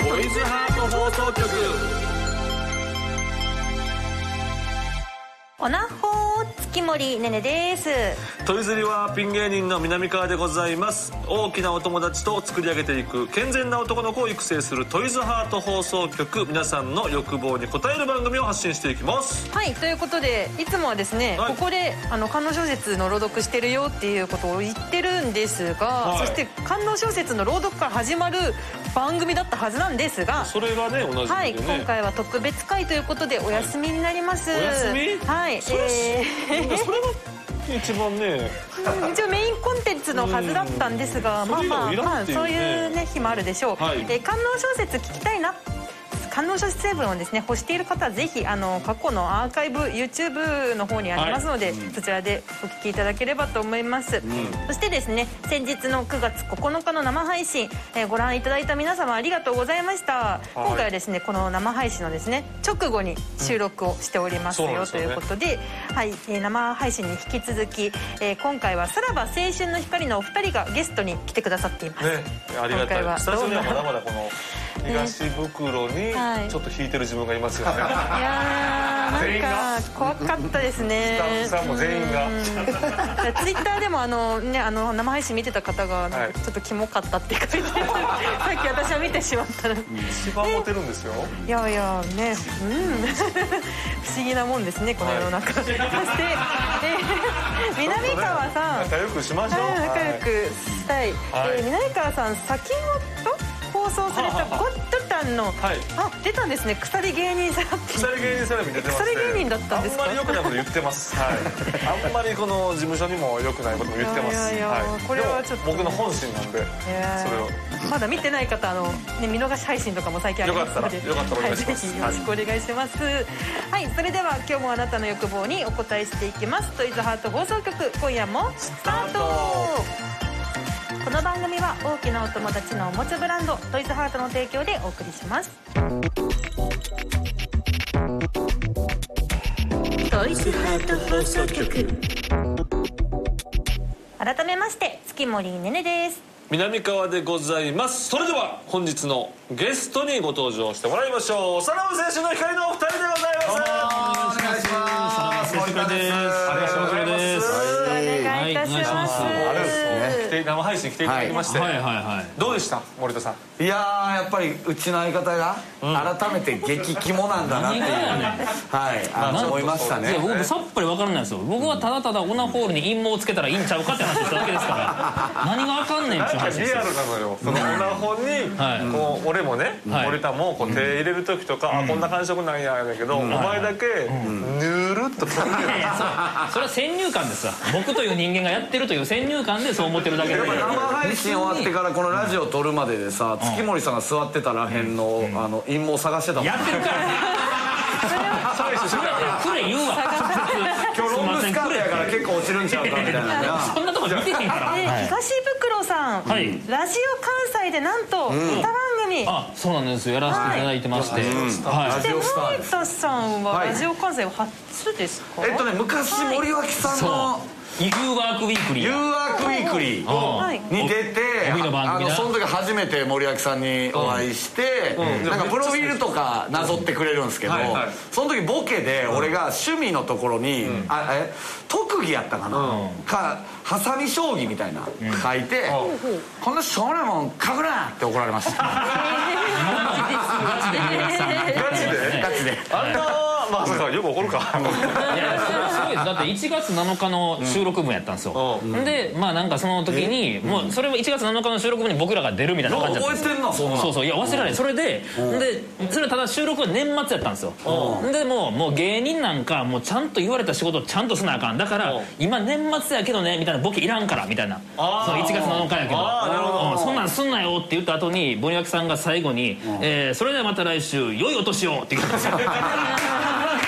トイズハート放送局おなほー月森ねねですトイズリはピン芸人の南川でございます大きなお友達と作り上げていく健全な男の子を育成するトイズハート放送局皆さんの欲望に応える番組を発信していきますはいということでいつもはですね、はいここであの観音小説の朗読してるよっていうことを言ってるんですが、いそして観音小説の朗読から始まる番組だったはずなんですが。それがね同じはい、で今ね、回は特別会ということでお休みになります。お休みはい、それ,、えーそれが一番ね一応メインコンテンツのはずだったんですが、うんまあまそあ、れ以外まあいらんそっうていうねいうね日もあるでしょう。はいえー観音小説聞きたいな。観音小説成分をですね欲している方はぜひあの過去のアーカイブ YouTube の方にありますので、はいそちらでお聞きいただければと思います、そしてですね先日の9月9日の生配信、えーご覧いただいた皆様ありがとうございました、今回はですねこの生配信のですね直後に収録をしておりますうよ、んそうなんですよとねいうことということで、はいえー生配信に引き続き、えー今回はさらば青春の光のお二人がゲストに来てくださっています、ね、ありが今回たはいスタジオにはどまんだまなだこの東袋にはいちょっと引いてる自分がいますよ ね、いやーなんか怖かったですねスタッフさんも全員がツイッターでもあの、ね、あの生配信見てた方がなんかちょっとキモかったって書 いてる、さっき私は見てしまったの一番モテるんですよいやいやね、うん、 不思議なもんですねこの世の中、そして、え ー南川さん仲良くしましょう、はい、仲良くしたい、はいえー南川さん先ほど放送されたゴッドタンの、はいあ出たんですね腐り芸人さんって腐り芸人セラミー出てますね腐り芸人だったんですかあんまり良くないこと言って ますはいあんまりこの事務所にも良くないことも言ってますいやいやいやいこれはちょっとでも僕の本心なんでそれをまだ見てない方あの、ね、見逃し配信とかも最近ありますのでよかったらよかったらお願いしますはい、ぜひよろしくお願いしますはい、それでは今日もあなたの欲望にお答えしていきますトイズハート放送局今夜もスタートこの番組は大きなお友達のおもちゃブランドトイズハートの提供でお送りしますトイズハート放送局改めまして月森ねねです南川でございますそれでは本日のゲストにご登場してもらいましょうさらば青春の光のお二人でございますお願いします。森田です。ありがとうございますお願いいたしますはあれですね来て生配信来ていただきまして、はいはいはい。どうでした森田さんいやーやっぱりうちの相方が改めて激肝なんだなっていう、はいあの思いましたいやね僕もさっぱり分からないですよ僕はただただオナホールに陰謀をつけたらいいんちゃうかって話しただけで すから何が分かんねんっなてんいかう話でリすよアルなのよそのオナホに、はいこう俺もね、はい森田もこう手入れる時とか、あこんな感触なんやだけど、お前だけぬるっと飛んでるいやそうそれは先入観ですわ僕という人間がやってるという先入観でそう思ってるだけで生配信終わってからこのラジオ撮るまででさ月森さんが座ってたらへんのあの陰謀探してたもんやってるからそれはくれ言うわ今日ロングスカートやから結構落ちるんちゃうかみたいな ねそんなとこ見てへんからで東袋さん、はいラジオ関西でなんと歌番組、あそうなんですよやらせていただいてまして、はいラでジオスターです森田さんははいラジオ関西は初ですか、えっとね昔森脇さんそのう「イグーワークウィー「クリ誘ー」惑ウィークリー」はいに出て帯の番あ組のなその時初めて森脇さんにお会いして、なんかプロフィールとかなぞってくれるんですけど、はいはいその時ボケで俺が趣味のところに、あえ特技やったかな、かハサミ将棋みたいな、書いて、こんなしょうもないもん書くなって怒られました ガチで森脇さんガチでガチであんなまあそうかよく怒るかいやそれはすごいですだって1月7日の収録分やったんですよ、でまあなんかその時にもうそれも1月7日の収録分に僕らが出るみたいな感じだったん覚でえすてんのそんなそうのそういや忘れられないそれででそれただ収録は年末やったんですよでもうもう芸人なんかもうちゃんと言われた仕事をちゃんとせなあかんだから今年末やけどねみたいなボケいらんからみたいなそのあー1月7日やけどあーなるほどうんそんなんすんなよって言った後に森脇さんが最後に「えーそれではまた来週良いお年を」って言ったんですよ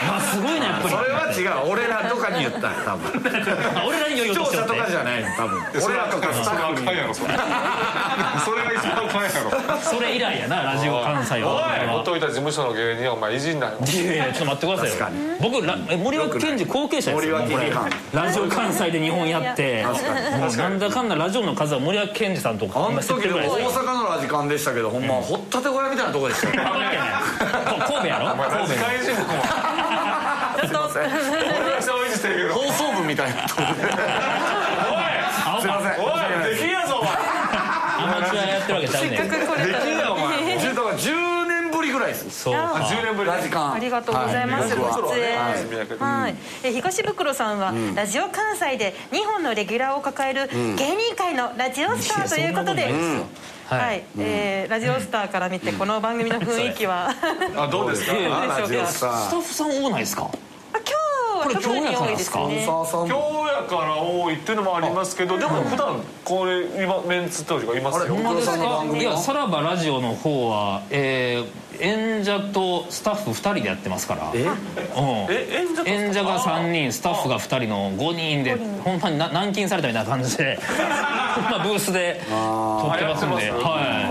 あすごいなやっぱりそれは違う俺らとかに言った よ多分あ俺らに良いお視聴年を 者ってとかじゃないの多分俺らとかスタッフそにれが一番怖いやろそれ以来やなラジオ関西はおいほっといた事務所の芸人はお前いじんなよいやいやちょっと待ってくださいよ僕らえ森脇健児後継者ですよ森脇もうこれ二班ラジオ関西で日本やって確かにもうなんだかんだラジオの数は森脇健児さんとかあの時でもです大よ阪のラジカンでしたけどほんま掘ったて小屋みたいなとこでしたよあわけないこ神戸やろお前神戸何回いじんのお前ちょっと俺下を維持してるけど放送部みたいなとこで青すいませんおいできんやぞお前アマチュアやってるわけちゃうねんせっかくこれできんやお前10だから10年ぶりぐらいです そうか10年ぶりラジカンありがとうございます、はご僕は出演、ははいいいえ東袋さんは、ラジオ関西で2本のレギュラーを抱える芸人界のラジオスターということで、いやそんなことないですよはいはいえーラジオスターから見てこの番組の雰囲気は、あどうですかいやいやあラジオスタスターッフさん多ないですか 今日は特に多いですねさあさ今ん日やから多いっていうのもありますけどでも普段これ今メンツ当時がいますよあれ黒さんの番い組やのさらばラジオの方は、えー演者とスタッフ2人でやってますからえ、うん、え演者と演者が3人スタッフが2人の5人でほんまにな軟禁されたみたいな感 じでまあブースで撮ってますんあで、やってますはい、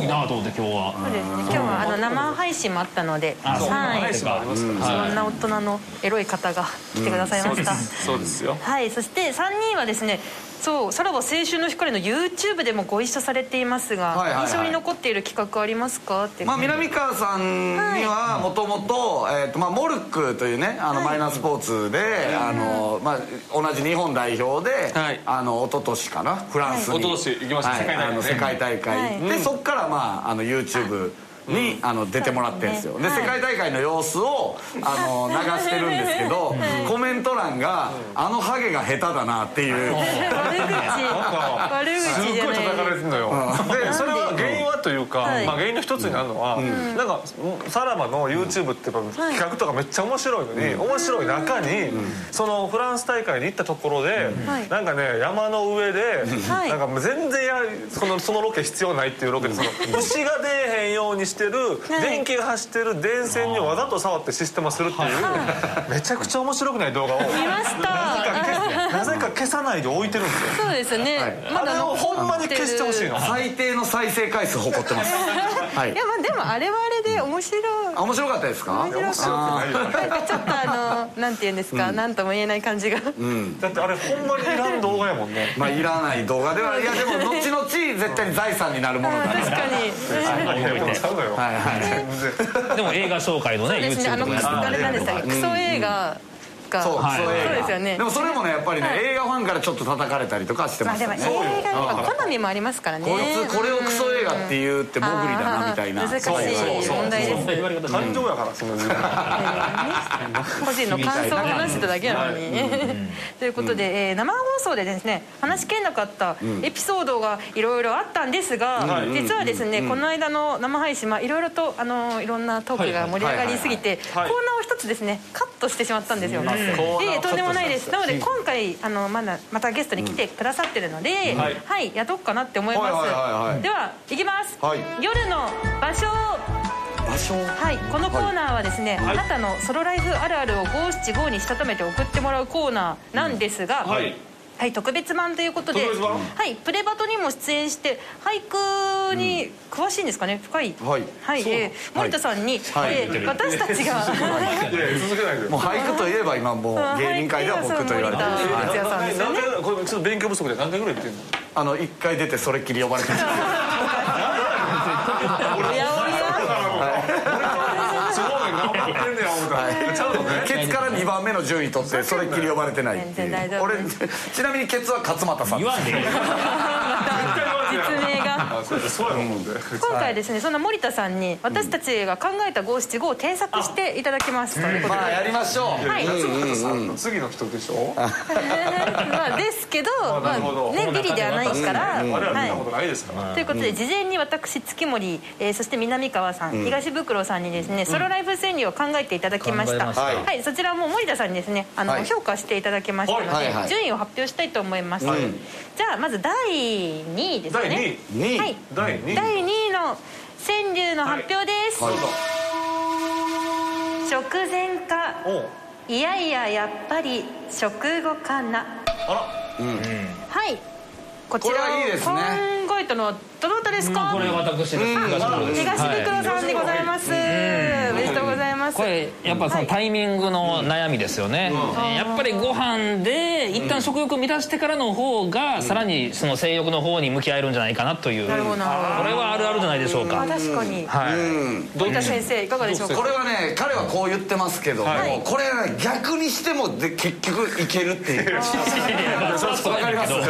多いなと思って今日はそうですね今日はあの生配信もあったので、あそうはい、話いもありますからはいろんな大人のエロい方が来てくださいまそうしでた。すそうですよはい、そして三人はですね、そう、さらば青春の光の YouTube でもご一緒されていますが、はいはいはい印象に残っている企画ありますかって。まあ、南川さんにはもともと,、えーとまあ、モルックというねあのマイナースポーツで、あのまあ、同じ日本代表で、はいあの一昨年かなフランスに、一昨年行きましたはい世界大会ねあの世界大会はいで、そっから、まあ、あの YouTube にあの出てもらってるんですよそでうですね世界大会の様子をあの流してるんですけど、コメント欄が「あのハゲが下手だな」っていう、悪口、悪すっ口ごいじゃない叩かれ。てんのよでそれは原因はというか、はいまあ、原因の一つになるのは、なんかさらばの YouTube ってやっぱ企画とかめっちゃ面白いのに、面白い中に、そのフランス大会に行ったところで、はいなんかね山の上で、はいなんかもう全然やそのそのロケ必要ないっていうロケでその牛が出えへんようにしてる、い電気が走ってる電線にわざと触ってシステマするっていう、めちゃくちゃ面白くない動画をなぜ見ましかた。消なぜか消さないで置いてるんですよ。そうですね。まあれを残ってるほんまに消してほしいの。最低の再生回数誇ってます、はいいや、まあ、でも、あれはあれで面白い。あ面白かったですか面白くないよなんかちょっとあのなんて言うんですか、なんとも言えない感じが、だってあれほんまにいらん動画やもんねまあいらない動画ではいやでも後々絶対に財産になるものだ 確ねかに、いやもうちゃうのよはいはい全然でも映画紹介のねそうですねあ YouTube のとクかソやっあてますれなんでしたっけクソ映画がそう、はいそう映画そうですよねでもそれもねやっぱりね、映画ファンからちょっと叩かれたりとかしてままあしたでも映ね画やっぱ好みもありますからねこいつこれをクソ映画って言うって僕理だなみたいな難しいそうそうそう問題ですそう言われ方感情やからその時間個人の感想を話してただけなのに。ということで、えー生放送でですね話しきれなかったエピソードがいろいろあったんですが、うん実はですね、この間の生配信いろいろとあのいろんなトークが盛り上がりすぎて、はいはいはいはいコーナーを一つですねカットしてしまったんですよ。んコーナーをカットしたんでですとんでもないです。なので今回あのまだまたゲストに来てくださってるので、んはいはいやどっかなって思います。はいはいはいはいでは行きます。はい夜の場所場所はい、このコーナーはですね、あなたのソロライフあるあるを五七五にしたためて送ってもらうコーナーなんですが、んははいい、特別版ということで、特別版はい、プレバトにも出演して俳句に詳しいんですかね、深い。はいはい、そうえー森田さんに、はいえー私たちがいやいや続けないでよもう俳句といえば今もう芸人界では僕と言われてます、はいはい哲也さん何ですよ回ねぐらいこれちょっと勉強不足で何回ぐらい言ってんのあの一回出てそれっきり呼ばれてました おやおやすごい頑張ってんねや思うたらちゃうのねケツから2番目の順位取ってそれっきり呼ばれてないってい全然大う丈夫俺ちなみにケツは勝俣さん言ですわんでいい実名が。あそうやそうやもんで今回ですね、そんな森田さんに私たちが考えた五七五を添削していただきますということで、まあやりましょう、はい松本さんの次の人でしょ まあですけど、あなるほどまあねビリではないから、我々見たこはとないですからい。ということで事前に私月森、えーそして南川さん、東袋さんにですねソロライフ川柳を考えていただきまし考えた。ましたはいはい、そちらも森田さんにですねあの、はい評価していただきましたので、はいはいはい順位を発表したいと思います。はいじゃあまず第2位です第ね。二位はい。第2第2位の川柳の発表です。はい食前かおういやいややっぱり食後かな。あはい。こちらこれはいいですね考えいたのはどなたですか、まあこれ私です東村です東袋さんでございます、おめでとうございます、これやっぱそのタイミングの悩みですよね、やっぱりご飯で一旦食欲を満たしてからの方が、さらにその性欲の方に向き合えるんじゃないかなという、なるほどこれなるほどはあるあるじゃないでしょうか、あ確かにはい、森田先生いかがでしょうかこれはね彼はこう言ってますけども、はいこれはね逆にしてもで結局いけるっていうわかります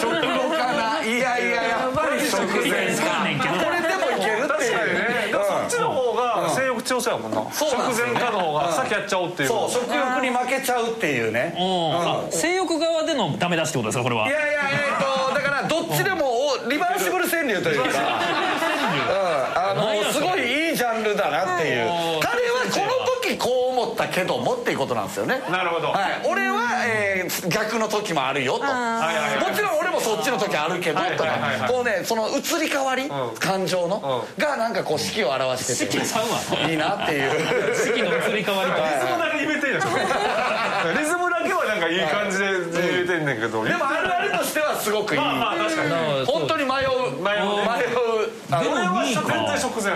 食後かないやいややっぱり食前かこれでもいけるっていうねでもそっちの方が性欲調整やもんなそう食なんですよ前ね化の方が先やっちゃおうっていうそう食欲に負けちゃうっていうねうんあ性欲側でのダメ出しってことですかこれはいやいやえっとだからどっちでもおリバーシブル川柳というか、うん、あ何やそのすごれいいいジャンルだなっていうはい彼はこの時こう思ったけどもっていうことなんですよねなるほどはい、俺は、えー逆の時もあるよともいはいはいちろん俺もそっちの時あるけどはいはいとかはいはいこうねその移り変わり、ん感情の、がなんかこう四季を表してて四季ちゃうわいいなっていう 時期の移り変わりとリズムだけ入れてんやんそれリズムだけはなんかいい感じで入れてんねんけど、でもあるあるとしてはすごくいいまあまあ確かにね本当に迷う迷うね迷うでも俺は二位か全然食前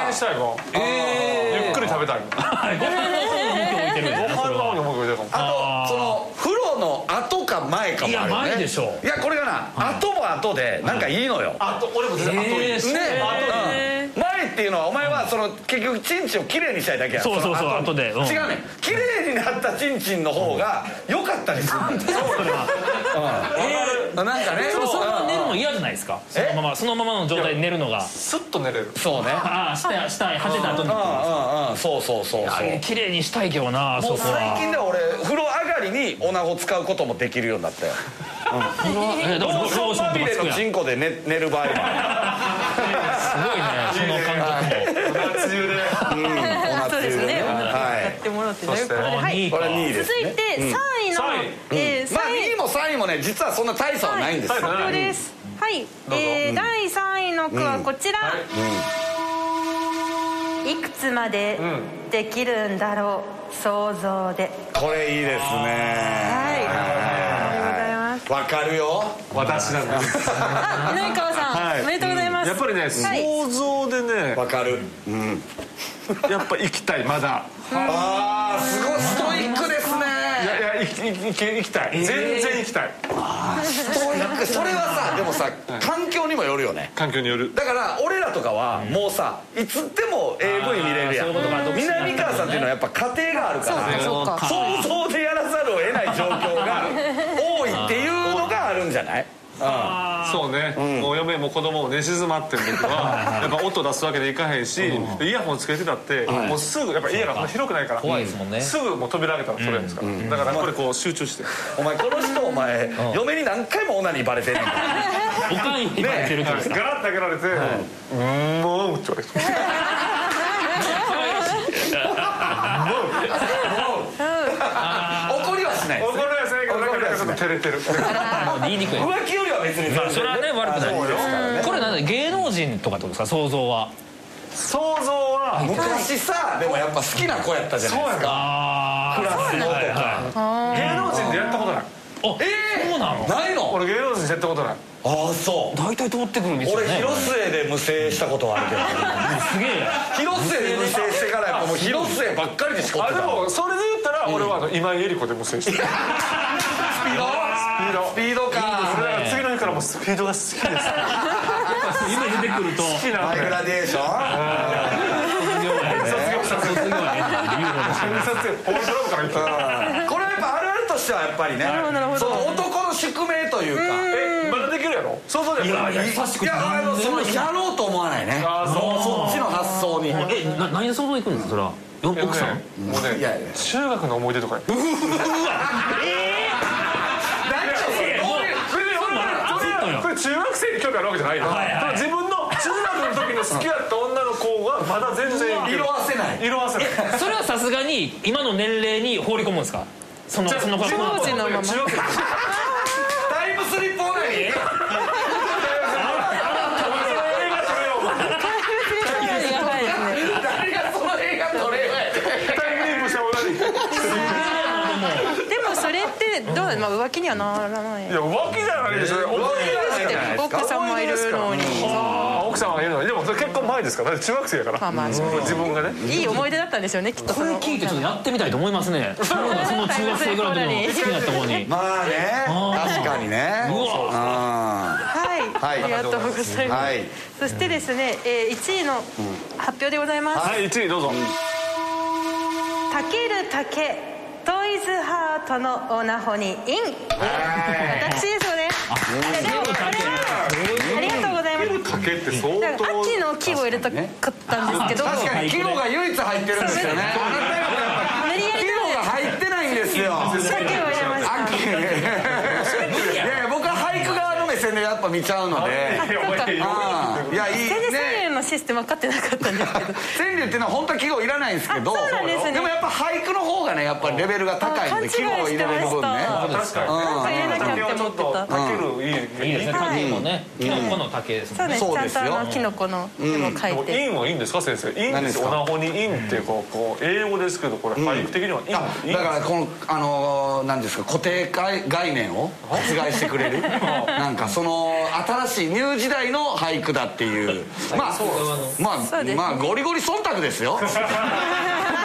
食前にしたいかゆっくり食べたいそうですかご飯の方に向きを置いてるんご飯の方にですねそれは僕入れたかもあとその風呂の後か前かもあるよねいや前でしょいやこれがな後も後でなんかいいのよあと俺も全然後えーにそうねえうん前っていうのはお前はその結局チンチンをきれいにしたいだけやんそうそうそうの後でうん違うねきれいになったチンチンの方が良かったりするんだようんなんかねーでもそのまま寝るのうん嫌じゃないですかそえのままそのままの状態で寝るのがスッと寝れるそうねああしたしたい果てた後にうんうんうんそうそうそうそうあ綺麗にしたいけどなあそもこう最近はでは俺風呂上がりにおなご使うこともできるようになったよえどうローションまみれのチンコで寝寝る場合もすごいねその感覚も夏湯であるそうですね、やっはてもらってということで、あはいいいいかこれ2位です続いて3位の、三位えーまあ三位2位も3位もね実はそんな大差はないんですはよい発表です。はい、どうぞえー第三位の句はこちら。いくつまでできるんだろう想像で。これいいですねはいはいありがとうございますわかるよ私なんだあ、南川さん、はいおめでとうございます。やっぱりねはい想像でねわかるうんやっぱ行きたいまだああすごいストイックですいねやいや行き行き行きたい全然行きたいストイックそれはさでもさ環境にもよるよね環境によるだから俺らとかはもうさいつでも AV 見れるやんあーそういうことか南川さんっていうのはやっぱ家庭があるからそうか。想像でやらざるを得ない状況が多いっていうのがあるんじゃないそうね、もう嫁も子供も寝静まってる時はやっぱ音出すわけにいかへんし、イヤホンつけてたって、もうすぐやっぱ家が広くないから怖いですもんねすぐもう扉開けたらそれですから、だからやっぱりこう集中してお前この人お前嫁に何回もオナニーバレてんね んおかんよりバレてるけどさガラッと開けられて「うーんもう」って言われて怒りはしない怒られないけどなんかちょっと照れてる言いにくい浮気よりは別に全然まあそれはね悪くないそうですからねこれなんで芸能人とかってことですか想像は想像は昔さでもやっぱ好きな子やったじゃそうないやなああクラスのとかはいはい芸能人でやったことないおそうなのないの俺芸能人でやったことないああそう大体通ってくる店俺ね広末で無制したことはあるすげえけど広末で無制してからやっぱもう広末ばっかりでしこっあてでたもそれで言ったら俺はあの今井絵理子で無制してるスピードドスピードか俺は次の日からもうスピードが好きです好今出てくるときなハイグラデーション卒業やね卒業やね印刷で俺ドラムから行ったこれはやっぱあるあるとしてはやっぱりねほどなるほどその男の宿命というか えまだできるやろ想像でいやいやい久しくやあのそのやろうと思わないねあーそうそっちの発想にいやえな何で想像行くんですかそれはよ奥さんもうねいや中学の思い出とかう何でしょうそれどういうそれあずっとよこれ中学生に興味あるわけじゃないよ、はいはいただ自分の中学の時の好きだった女の子はまだ全然色褪せない色あせないそれはさすがに今の年齢に放り込むんですかそのその子中学の時中学生タイムスリップオナニー映画撮れよお前やばいですね。誰がその映画撮れよタイムリープした女にでもそれってどうまあ浮気にはならない。いや浮気じゃないでしょ思い出しかない奥様が言うのにでもそれ結婚前ですから中学生やから、まあまあそう自分がねいい思い出だったんでしょうねきっとこれ聞いてちょっとやってみたいと思いますね。その中学生ぐらいの時の好きなとこに。まあねあー確かにねうわわはい、はいありがとうございます、はいそしてですね、えー、1位の発表でございますはい1位どうぞ、 「たけるたけトイズハートのオナホにイン」私ですよねいやでもこれはありがとうございますかけって相だから秋の木を入れたかったんですけど確かにキロが唯一入ってるんですよねあなた方やっ無理やぱりキロが入ってないんですよ鮭を入れました秋いやいや僕は俳句側の目線でやっぱ見ちゃうのいでやお前あーいやいい全然そういねうのシステム分かってなかったんですけど川柳っていうのは本当は季語いらないんですけど あそうなんですねもやっぱ俳句の方がねやっぱレベルが高いのであ季語を入れれる分ね勘確かにねなんか入れなきゃって思ってたかけるいいいいですね。竹もね、キノコの竹ですそもうんね。ねそうでちすよゃんとあのキノコの絵もで描いもて、インはいいんですか先生イン何でですすオかナホにインってこうこう英語ですけどこれ俳句的にはインあインだからこのあのー何ですか固定概概念を覆してく れる なんかその新しいニュー時代の俳句だっていうまあまそあ、うですねまあゴリゴリ忖度ですよもうちょっと頑張れ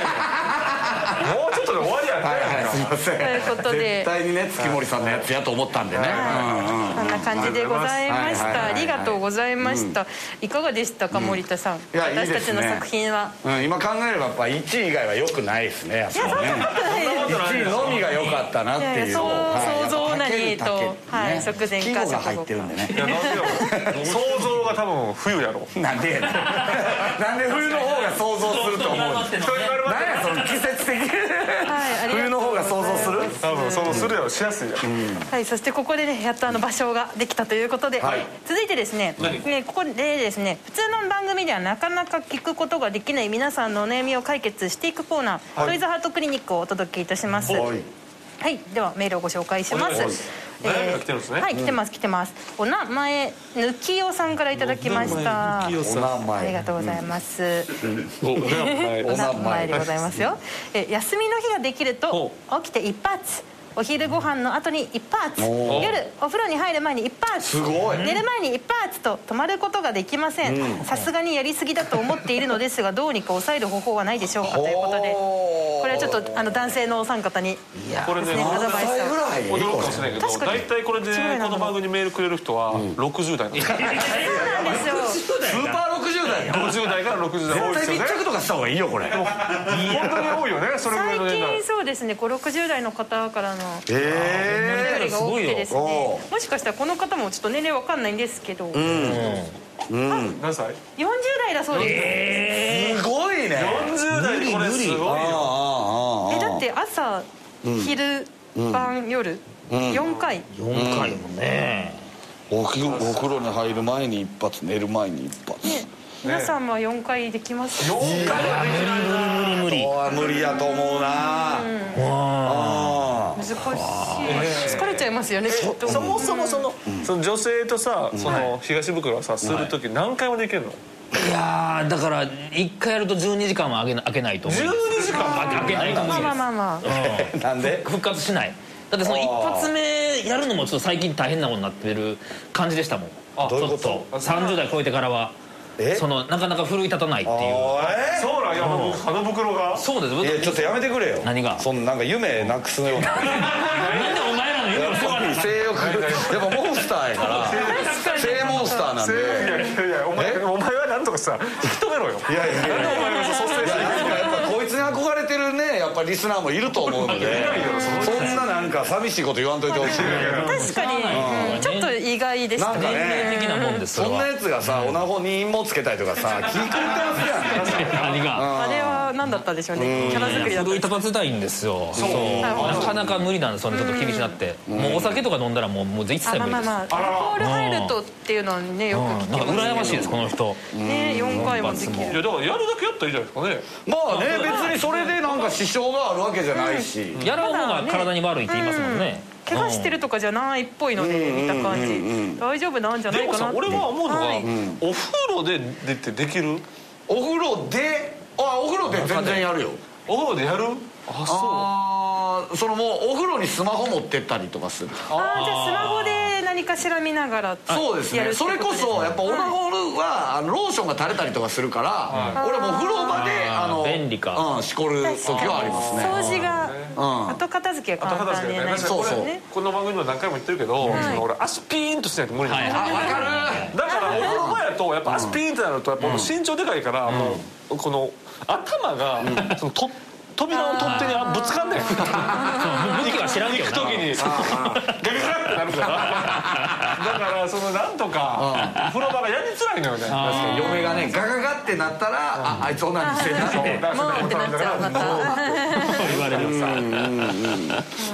よもうちょっとで終わりやね、はいはいすいませんということで絶対にね月森さんのやつやと思ったんでね、うんうんこんな感じでございましはいはいたはいあはいりがとうございました、いかがでしたか森田さん、いやいいです私ねたちの作品はうん、今考えればやっぱ1位以外は良くないですねやっぱね1位のみが良かったなっていやいいうやそうはい想像なりとやっぱかけるだけはいね食前か季語が食入後ってるんでねいやなんでよ想像が多分冬やろなんで やねんなんで冬の方が想像すると思うのっての人に言われます何やその季節的はいありがとうございます冬の方が想像する多分想像するやろしやすいやろはい、そしてここでねやっとあの場所ができたということで、はい続いてですね、ねここでですね普通の番組ではなかなか聞くことができない皆さんのお悩みを解決していくコーナー、はいトイズハートクリニックをお届けいたします。ははいい、ではメールをご紹介しまおす願いします。悩みが来てるんですねはい、来てます来てます。お名前ぬきよさんからいただきました。お名ありが前とうございます。おねおはい名お前名前でございますよ。え休みの日ができると起きて一発。お昼ご飯の後に一発夜おーお風呂に入る前に一発すごい寝る前に一発と止まることができませんさすがにやりすぎだと思っているのですがどうにか抑える方法はないでしょうかということでこれはちょっとあの男性のお三方にこれねアド何バイス歳ぐらい驚くかもしれないけど確か大に体これでこの番組にメールくれる人は60代なんですそうなんですよスーパー60代よ50代から60代多い絶で対すよ密ね着とかした方がいいよこれ本当に多いよねそれぐらい最の年代近そうですね5 60代の方からのおえ便りが多くてですすごいよねもしかしたらこの方もちょっと年齢わかんないんですけど何歳40代だそうです、えすごいね40代でこれすごいああよああえあだって朝、昼晩夜、4回4回もね。お風呂お風呂に入る前に一発寝る前に一発皆さんは4回できます4回はできないな無理無理。お無理やと思うなあ難しい疲れちゃいますよねきっとそもそもその,、その女性とさその東袋はさする時何回もできるの、いやーだから一回やると12時間は開けな開けないと思う。 12時間開けないと思まあう。まあまあまああなんで復活しない。だってその一発目やるのもちょっと最近大変なことになってる感じでしたもん。あどういうこと30代超えてからはえそのなかなか奮い立たないっていう。おいそうなんや僕鼻袋がそうです。いやちょっとやめてくれよ何がそんなんか夢なくす ようなやなんでお前らの夢をっ背負わぱなりいか性欲やっぱモンスターやから性モンスターなんでいやいやいやお前えお前はなんとかさ引き止めろよいやいやいやなんでお前がそう率先しいてやいなんかやっぱこいつに憧れてるねやっぱリスナーもいると思うのでそんななんか寂しいこと言わんといてほしい確かに、うんちょっと意外でしたなんかねね的なもんです。それそんはなやつがさオナホに陰謀つけたりとかさ聞いてますやん何が。あれは何だったんでしょうねキャラ作りだった奮い立たせたいんですよそうなかなか無理なんですよねちょっと厳しなってもうお酒とか飲んだらもうもう一あ切まあ無理まあですまあアルコール入るとっていうのはねよく聞うんきなんかます羨ましいですこの人ね4回もできるやだからやるだけやったらいいじゃないですかねまあね別にそれでなんか支障があるわけじゃないしやらう方が体に悪いって言いますもんね怪我してるとかじゃないっぽいので見た感じ大丈夫なんじゃなでいもかなさって俺は思うのが、はいお風呂ででってできるお風呂であお風呂で全然やるよお風呂でやるあああそのもうお風呂にスマホ持ってったりとかするあーじゃあスマホで何かかしら見ながらそうですやるねってそこれとこですそやっぱオナゴールはあのローションが垂れたりとかするから、俺もう風呂場であーあの便利かうん、しこる時はありますね掃除がうん後片付けがあと簡片単付でけねない確かにそこうそうれこの番組でも何回も言ってるけど、その俺足ピーンとしないと無理なの、はいあ分かるだからお風呂場やとやっぱ足ピーンってなるとやっぱ身長でかいから、もうこの頭がそのと扉を取っ手にあぶつかんない向きは知らんけ行どくな時にガガガってなるからだからそのなんとかお風呂場がやりづらいのよね嫁がねガガガってなったらああいつオナニーしてんなってもうってなっちゃうまた言われるさ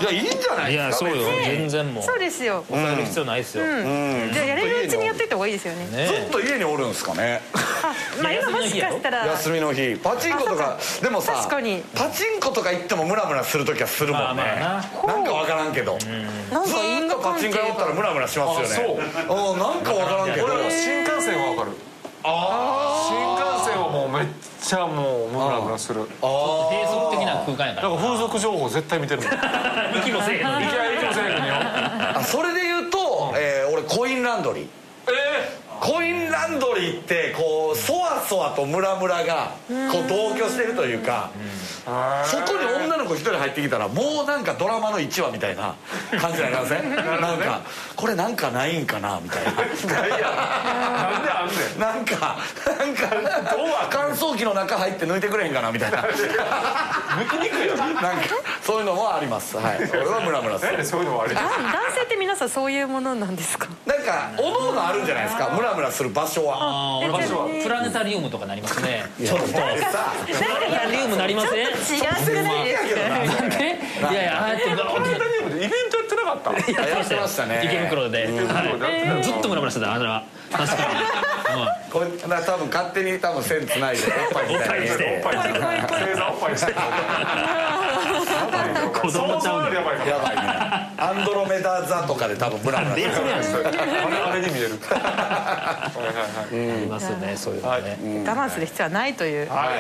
いやいいんじゃないいやですそかうよ全然もうそうですよ抑える必要ないですよねじゃあやれるうちにやっといた方がいいですよねずっと家におるんですかねまあ今もしかしたら休みの日パチンコとかでもさ確かにパチンコとか行ってもムラムラする時はするもんね、まあまあなんかわからんけど、ずなんかー因っ果とパ関チ係ンコやったらムラムラしますよねそうなんかわからんけど俺は新幹線は分かるああ新幹線はもうめっちゃもうムラムラする閉塞的な空間やかなんか風俗情報絶対見てるのいら息もせえへんのにやいけませんよあそれで言うと、えー俺コインランドリーコインランドリーってこうそわそわとムラムラがこう同居してるというかそこに女の子一人入ってきたらもうなんかドラマの1話みたいな 感 じになりますねなんかこれなんかないんかなみたい ななんであんねんなんかなんかどうあんの乾燥機の中入って抜いてくれへんかなみたい な抜きにくいよなんかそういうのもありますはい俺はムラ ムラすなんるでそういうのもありあ男性って皆さんそういうものなんですかなんかおのおのあるんじゃないですかムラムラする場所はあー俺場所はプラネタリウムとかなりますねちょっとさプラネタリウム なりません違くないですかなんでいやいやああやってガーこッのイてタリアムでイベントやってなかったやってましたね池袋で、はい、ずっとムラムラしてたあれは確かに、うんこれだから多分勝手に多分線つないでおっぱいみたいなおっぱいしておっぱいしてる星座おっぱいしてる子供ちゃうねんやばいやばいねアンドロメダ座とかで多分ブラブラしてるあれに見えるはいはいはいありますねそういうのね、我慢する必要はないというはい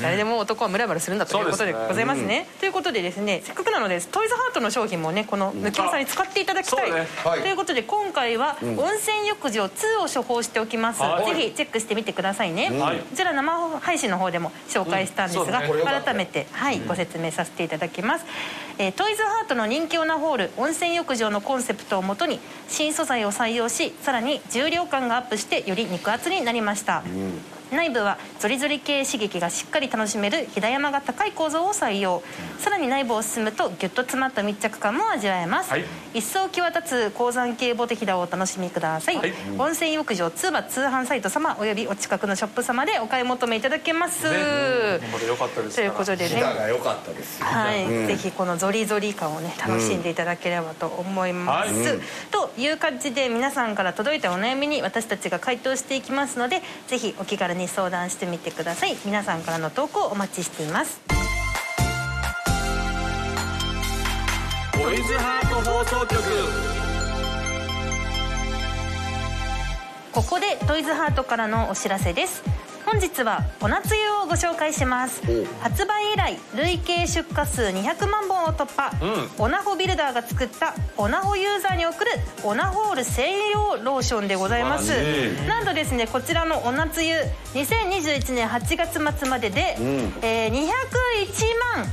誰でも男はムラムラするんだということでございますね。ということでですねせっかくなのでトイズハートの商品もねこのぬきおさんに使っていただきたいそうねはいということで今回は温泉浴場2を処方しておきますはいぜひチェックしてみてくださいねはいこちら生配信の方でも紹介したんですがうんそうね改めてはいご説明させていただきますえートイズハートの人気オナホール温泉浴場のコンセプトをもとに新素材を採用しさらに重量感がアップしてより肉厚になりました内部はゾリゾリ系刺激がしっかり楽しめるひだ山が高い構造を採用さらに内部を進むとギュッと詰まった密着感も味わえます、はい一層際立つ鉱山系ボテヒダをお楽しみください、はい温泉浴場通は通販サイト様およびお近くのショップ様でお買い求めいただけます、これ良かったですとかいらうことでひねだが良かったですよはい、ぜひこのゾリゾリ感をね楽しんでいただければと思います、はいという感じで皆さんから届いたお悩みに私たちが回答していきますのでぜひお気軽に相談してみてください皆さんからの投稿お待ちしていますボイズハート放送局ここでトイズハートからのお知らせです本日は粉つゆをご紹介します発売以来累計出荷数200万本を突破、オナホビルダーが作ったオナホユーザーに送るオナホール専用ローションでございます素晴らしなんとですねこちらのオナつゆ2021年8月末までで、えー201万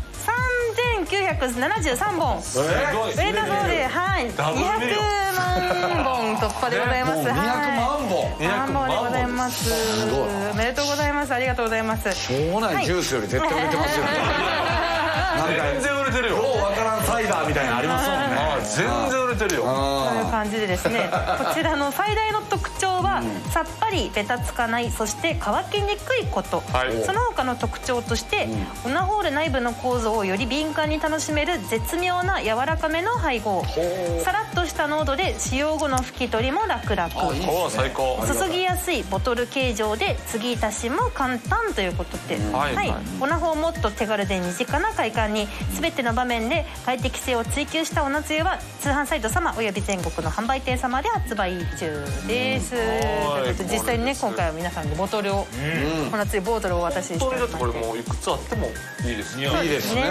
3973本すごい売れたそうで、はい、ダブル目よ200万本突破でございます。もう200は万い本200万本でございます。おめでとうございます。ありがとうございます。脳内ジュースより絶対売れてます よね全然売れてるよようわからんサイダーみたいなのありますもんねあ全然売れてるよという感じでです ね、こちらの最大の特徴は、さっぱりベタつかない、そして乾きにくいこと。はいその他の特徴として、オナホール内部の構造をより敏感に楽しめる絶妙な柔らかめの配合。さらっとした濃度で使用後の拭き取りも楽々。おお最高注ぎやすいボトル形状で継ぎ足しも簡単ということで、ははいいはいオナホをもっと手軽で身近な快感に全ての場面で快適性を追求したオナつゆは通販サイト様および全国の販売店様で発売中です、はいということで実際にね今回は皆さんにボトルを、この熱いボトルをお渡しして本お当にりだまってこすれもういくつあってもいいですね そうですね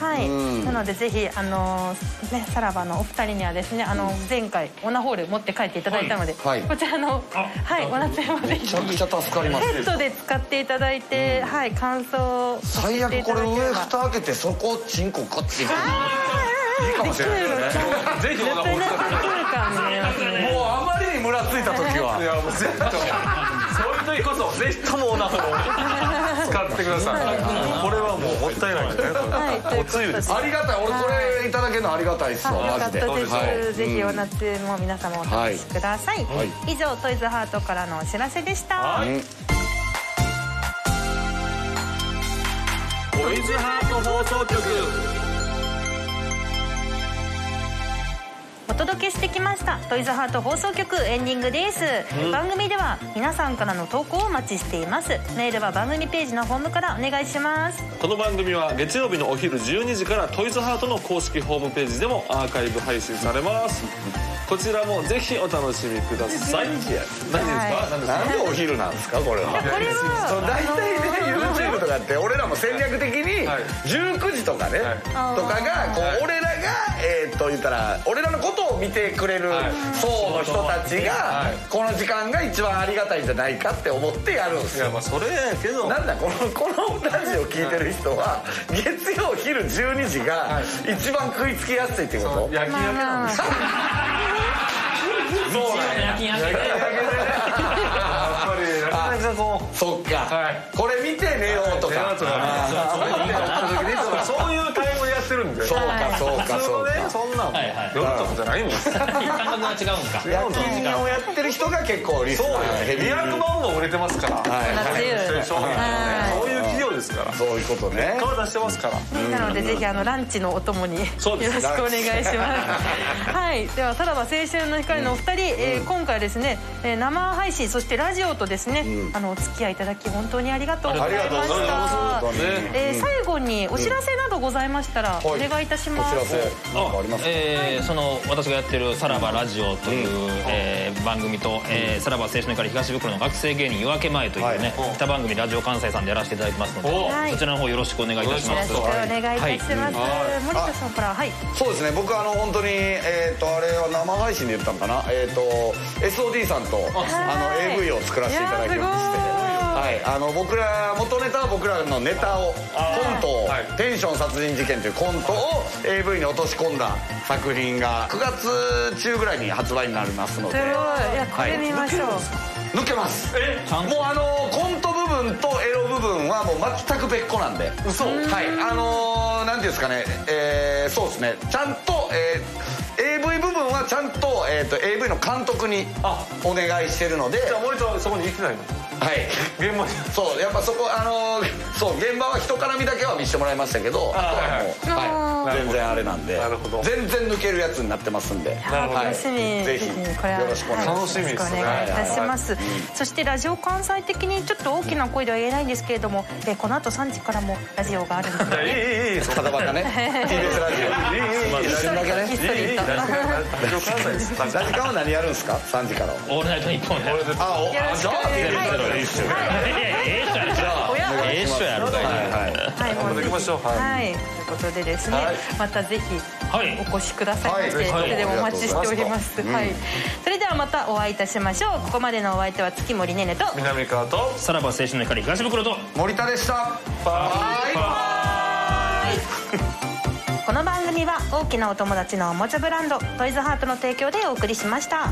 はい、うんなのでぜひあのーねさらばのお二人にはですねあの前回オナホール持って帰っていただいたので、はいはいこちらのあはいオナツヤもぜめひちゃくちゃ助かりますセットで使っていただいて、はい感想を教最えて悪いただけれこれば上蓋開けてそこチンコカッていくいいかもしれないですねぜひお腹それねパクる感もあり ますねもうあまりにムラついた時いはやもうぜひともそういう時こそぜひともお腹を使ってください これはもうもったいないですねはいということでありがたい俺これいただけるのありがたいっすわはい、よかマったジでです、はいぜひお夏も皆様お試しください、はい以上トイズハートからのお知らせでした、トイズハート放送局お届けしてきましたトイズハート放送局エンディングです、番組では皆さんからの投稿をお待ちしていますメールは番組ページのホームからお願いしますこの番組は月曜日のお昼12時からトイズハートの公式ホームページでもアーカイブ配信されますこちらもぜひお楽しみください何ですか何ですなんでお昼なんですかこれはこれそうは大体ね YouTube とかって俺らも戦略的にはい19時とかね、はいとかがこう俺らがえーっと言ったら俺らのことを見てくれるはい層の人たちがはいこの時間が一番ありがたいんじゃないかって思ってやるんですいやよまあそれやけどなんだこの このラジオ聞いてる人は月曜昼12時が一番食いつきやすいってこと焼き焼けなんですよそうなんや夜勤明け焼き焼けでやっぱりなかなかこうそっか、はいこれ見て寝ようとかそういうタイムでやってるんでそうかそうかそうかそんなんはいはい夜とかじゃないもん感覚が違うんか夜勤をやってる人が結構リスそナうよーヘビー200万も売れてますからはい自由そういう企業ですからそういうことね顔出してますからなのでぜひあのランチのお供によろしくそおうです願いします。はい、ではさらば青春の光のお二人、えー今回ですね、えー生配信そしてラジオとですね、あのお付き合いいただき本当にありがとうございありがとうまごしざいまたす本。当にえー最後にお知らせなどございましたら、おい願いいたしおます。知らせなんかありますえーその私がやってる「さらばラジオ」という、えー番組と、えーさらば青春の光東袋の学生芸人夜明け前というね、はい歌番組ラジオ関西さんでやらせていただきますのでおはいそちらの方よろしくお願いいたしよまろしすくお願いいたします。はい森田さんからはい。そうですね僕あの本当にえっ、とあれは生配信で言ったのかなえっ、と SOD さんとあはいの AV を作らせていただきましていやすごいはいあの僕ら元ネタは僕らのネタをコントを、はいテンション殺人事件というコントを AV に落とし込んだ作品が9月中ぐらいに発売になりますのすでごい。いやこれはい見ましょう。抜けますちゃんともうあのコント部分とエロ部分はもう全く別個なんで嘘はいあのー、なんていうんですかねえー、そうですねちゃんと、えー AV 部分はちゃんと,、えー、と AV の監督にあお願いしてるのでじゃあは森田はそこに行ってないのい現場にそうやっぱそこあのー、そう現場は人絡みだけは見せてもらいましたけどあとはもう、はい、全然あれなんでなるほど全然抜けるやつになってますんでなるほどはい楽しみ、ぜひぜよひこれはろしくお願いしはま楽しみですねよろくお願いいたします、そしてラジオ関西的にちょっと大きな声では言えないんですけれども、えーこの後3時からもラジオがあるのいでやいいいいいいすただバカね TBS ラジオいいいいいい一瞬だけねひっそりと大丈夫関西ですラジカンは何やるんですか3時からは「オールナイトニッポン」これでであ、お、あじゃあ、いいっすよね。ええ人やじゃあ、お願いしますええ人やろはい、ははい頑張っていきましょうは、はいいということでですね、はいまたぜひはいお越しくださいまはせ、いそれでもお待ちしております、はいはい、それではまたお会いいたしましょうここまでのお相手は月森ねねと南川とさらば青春の光東袋とい。森田でした。バはい。この番組は大きなお友達のおもちゃブランドトイズハートの提供でお送りしました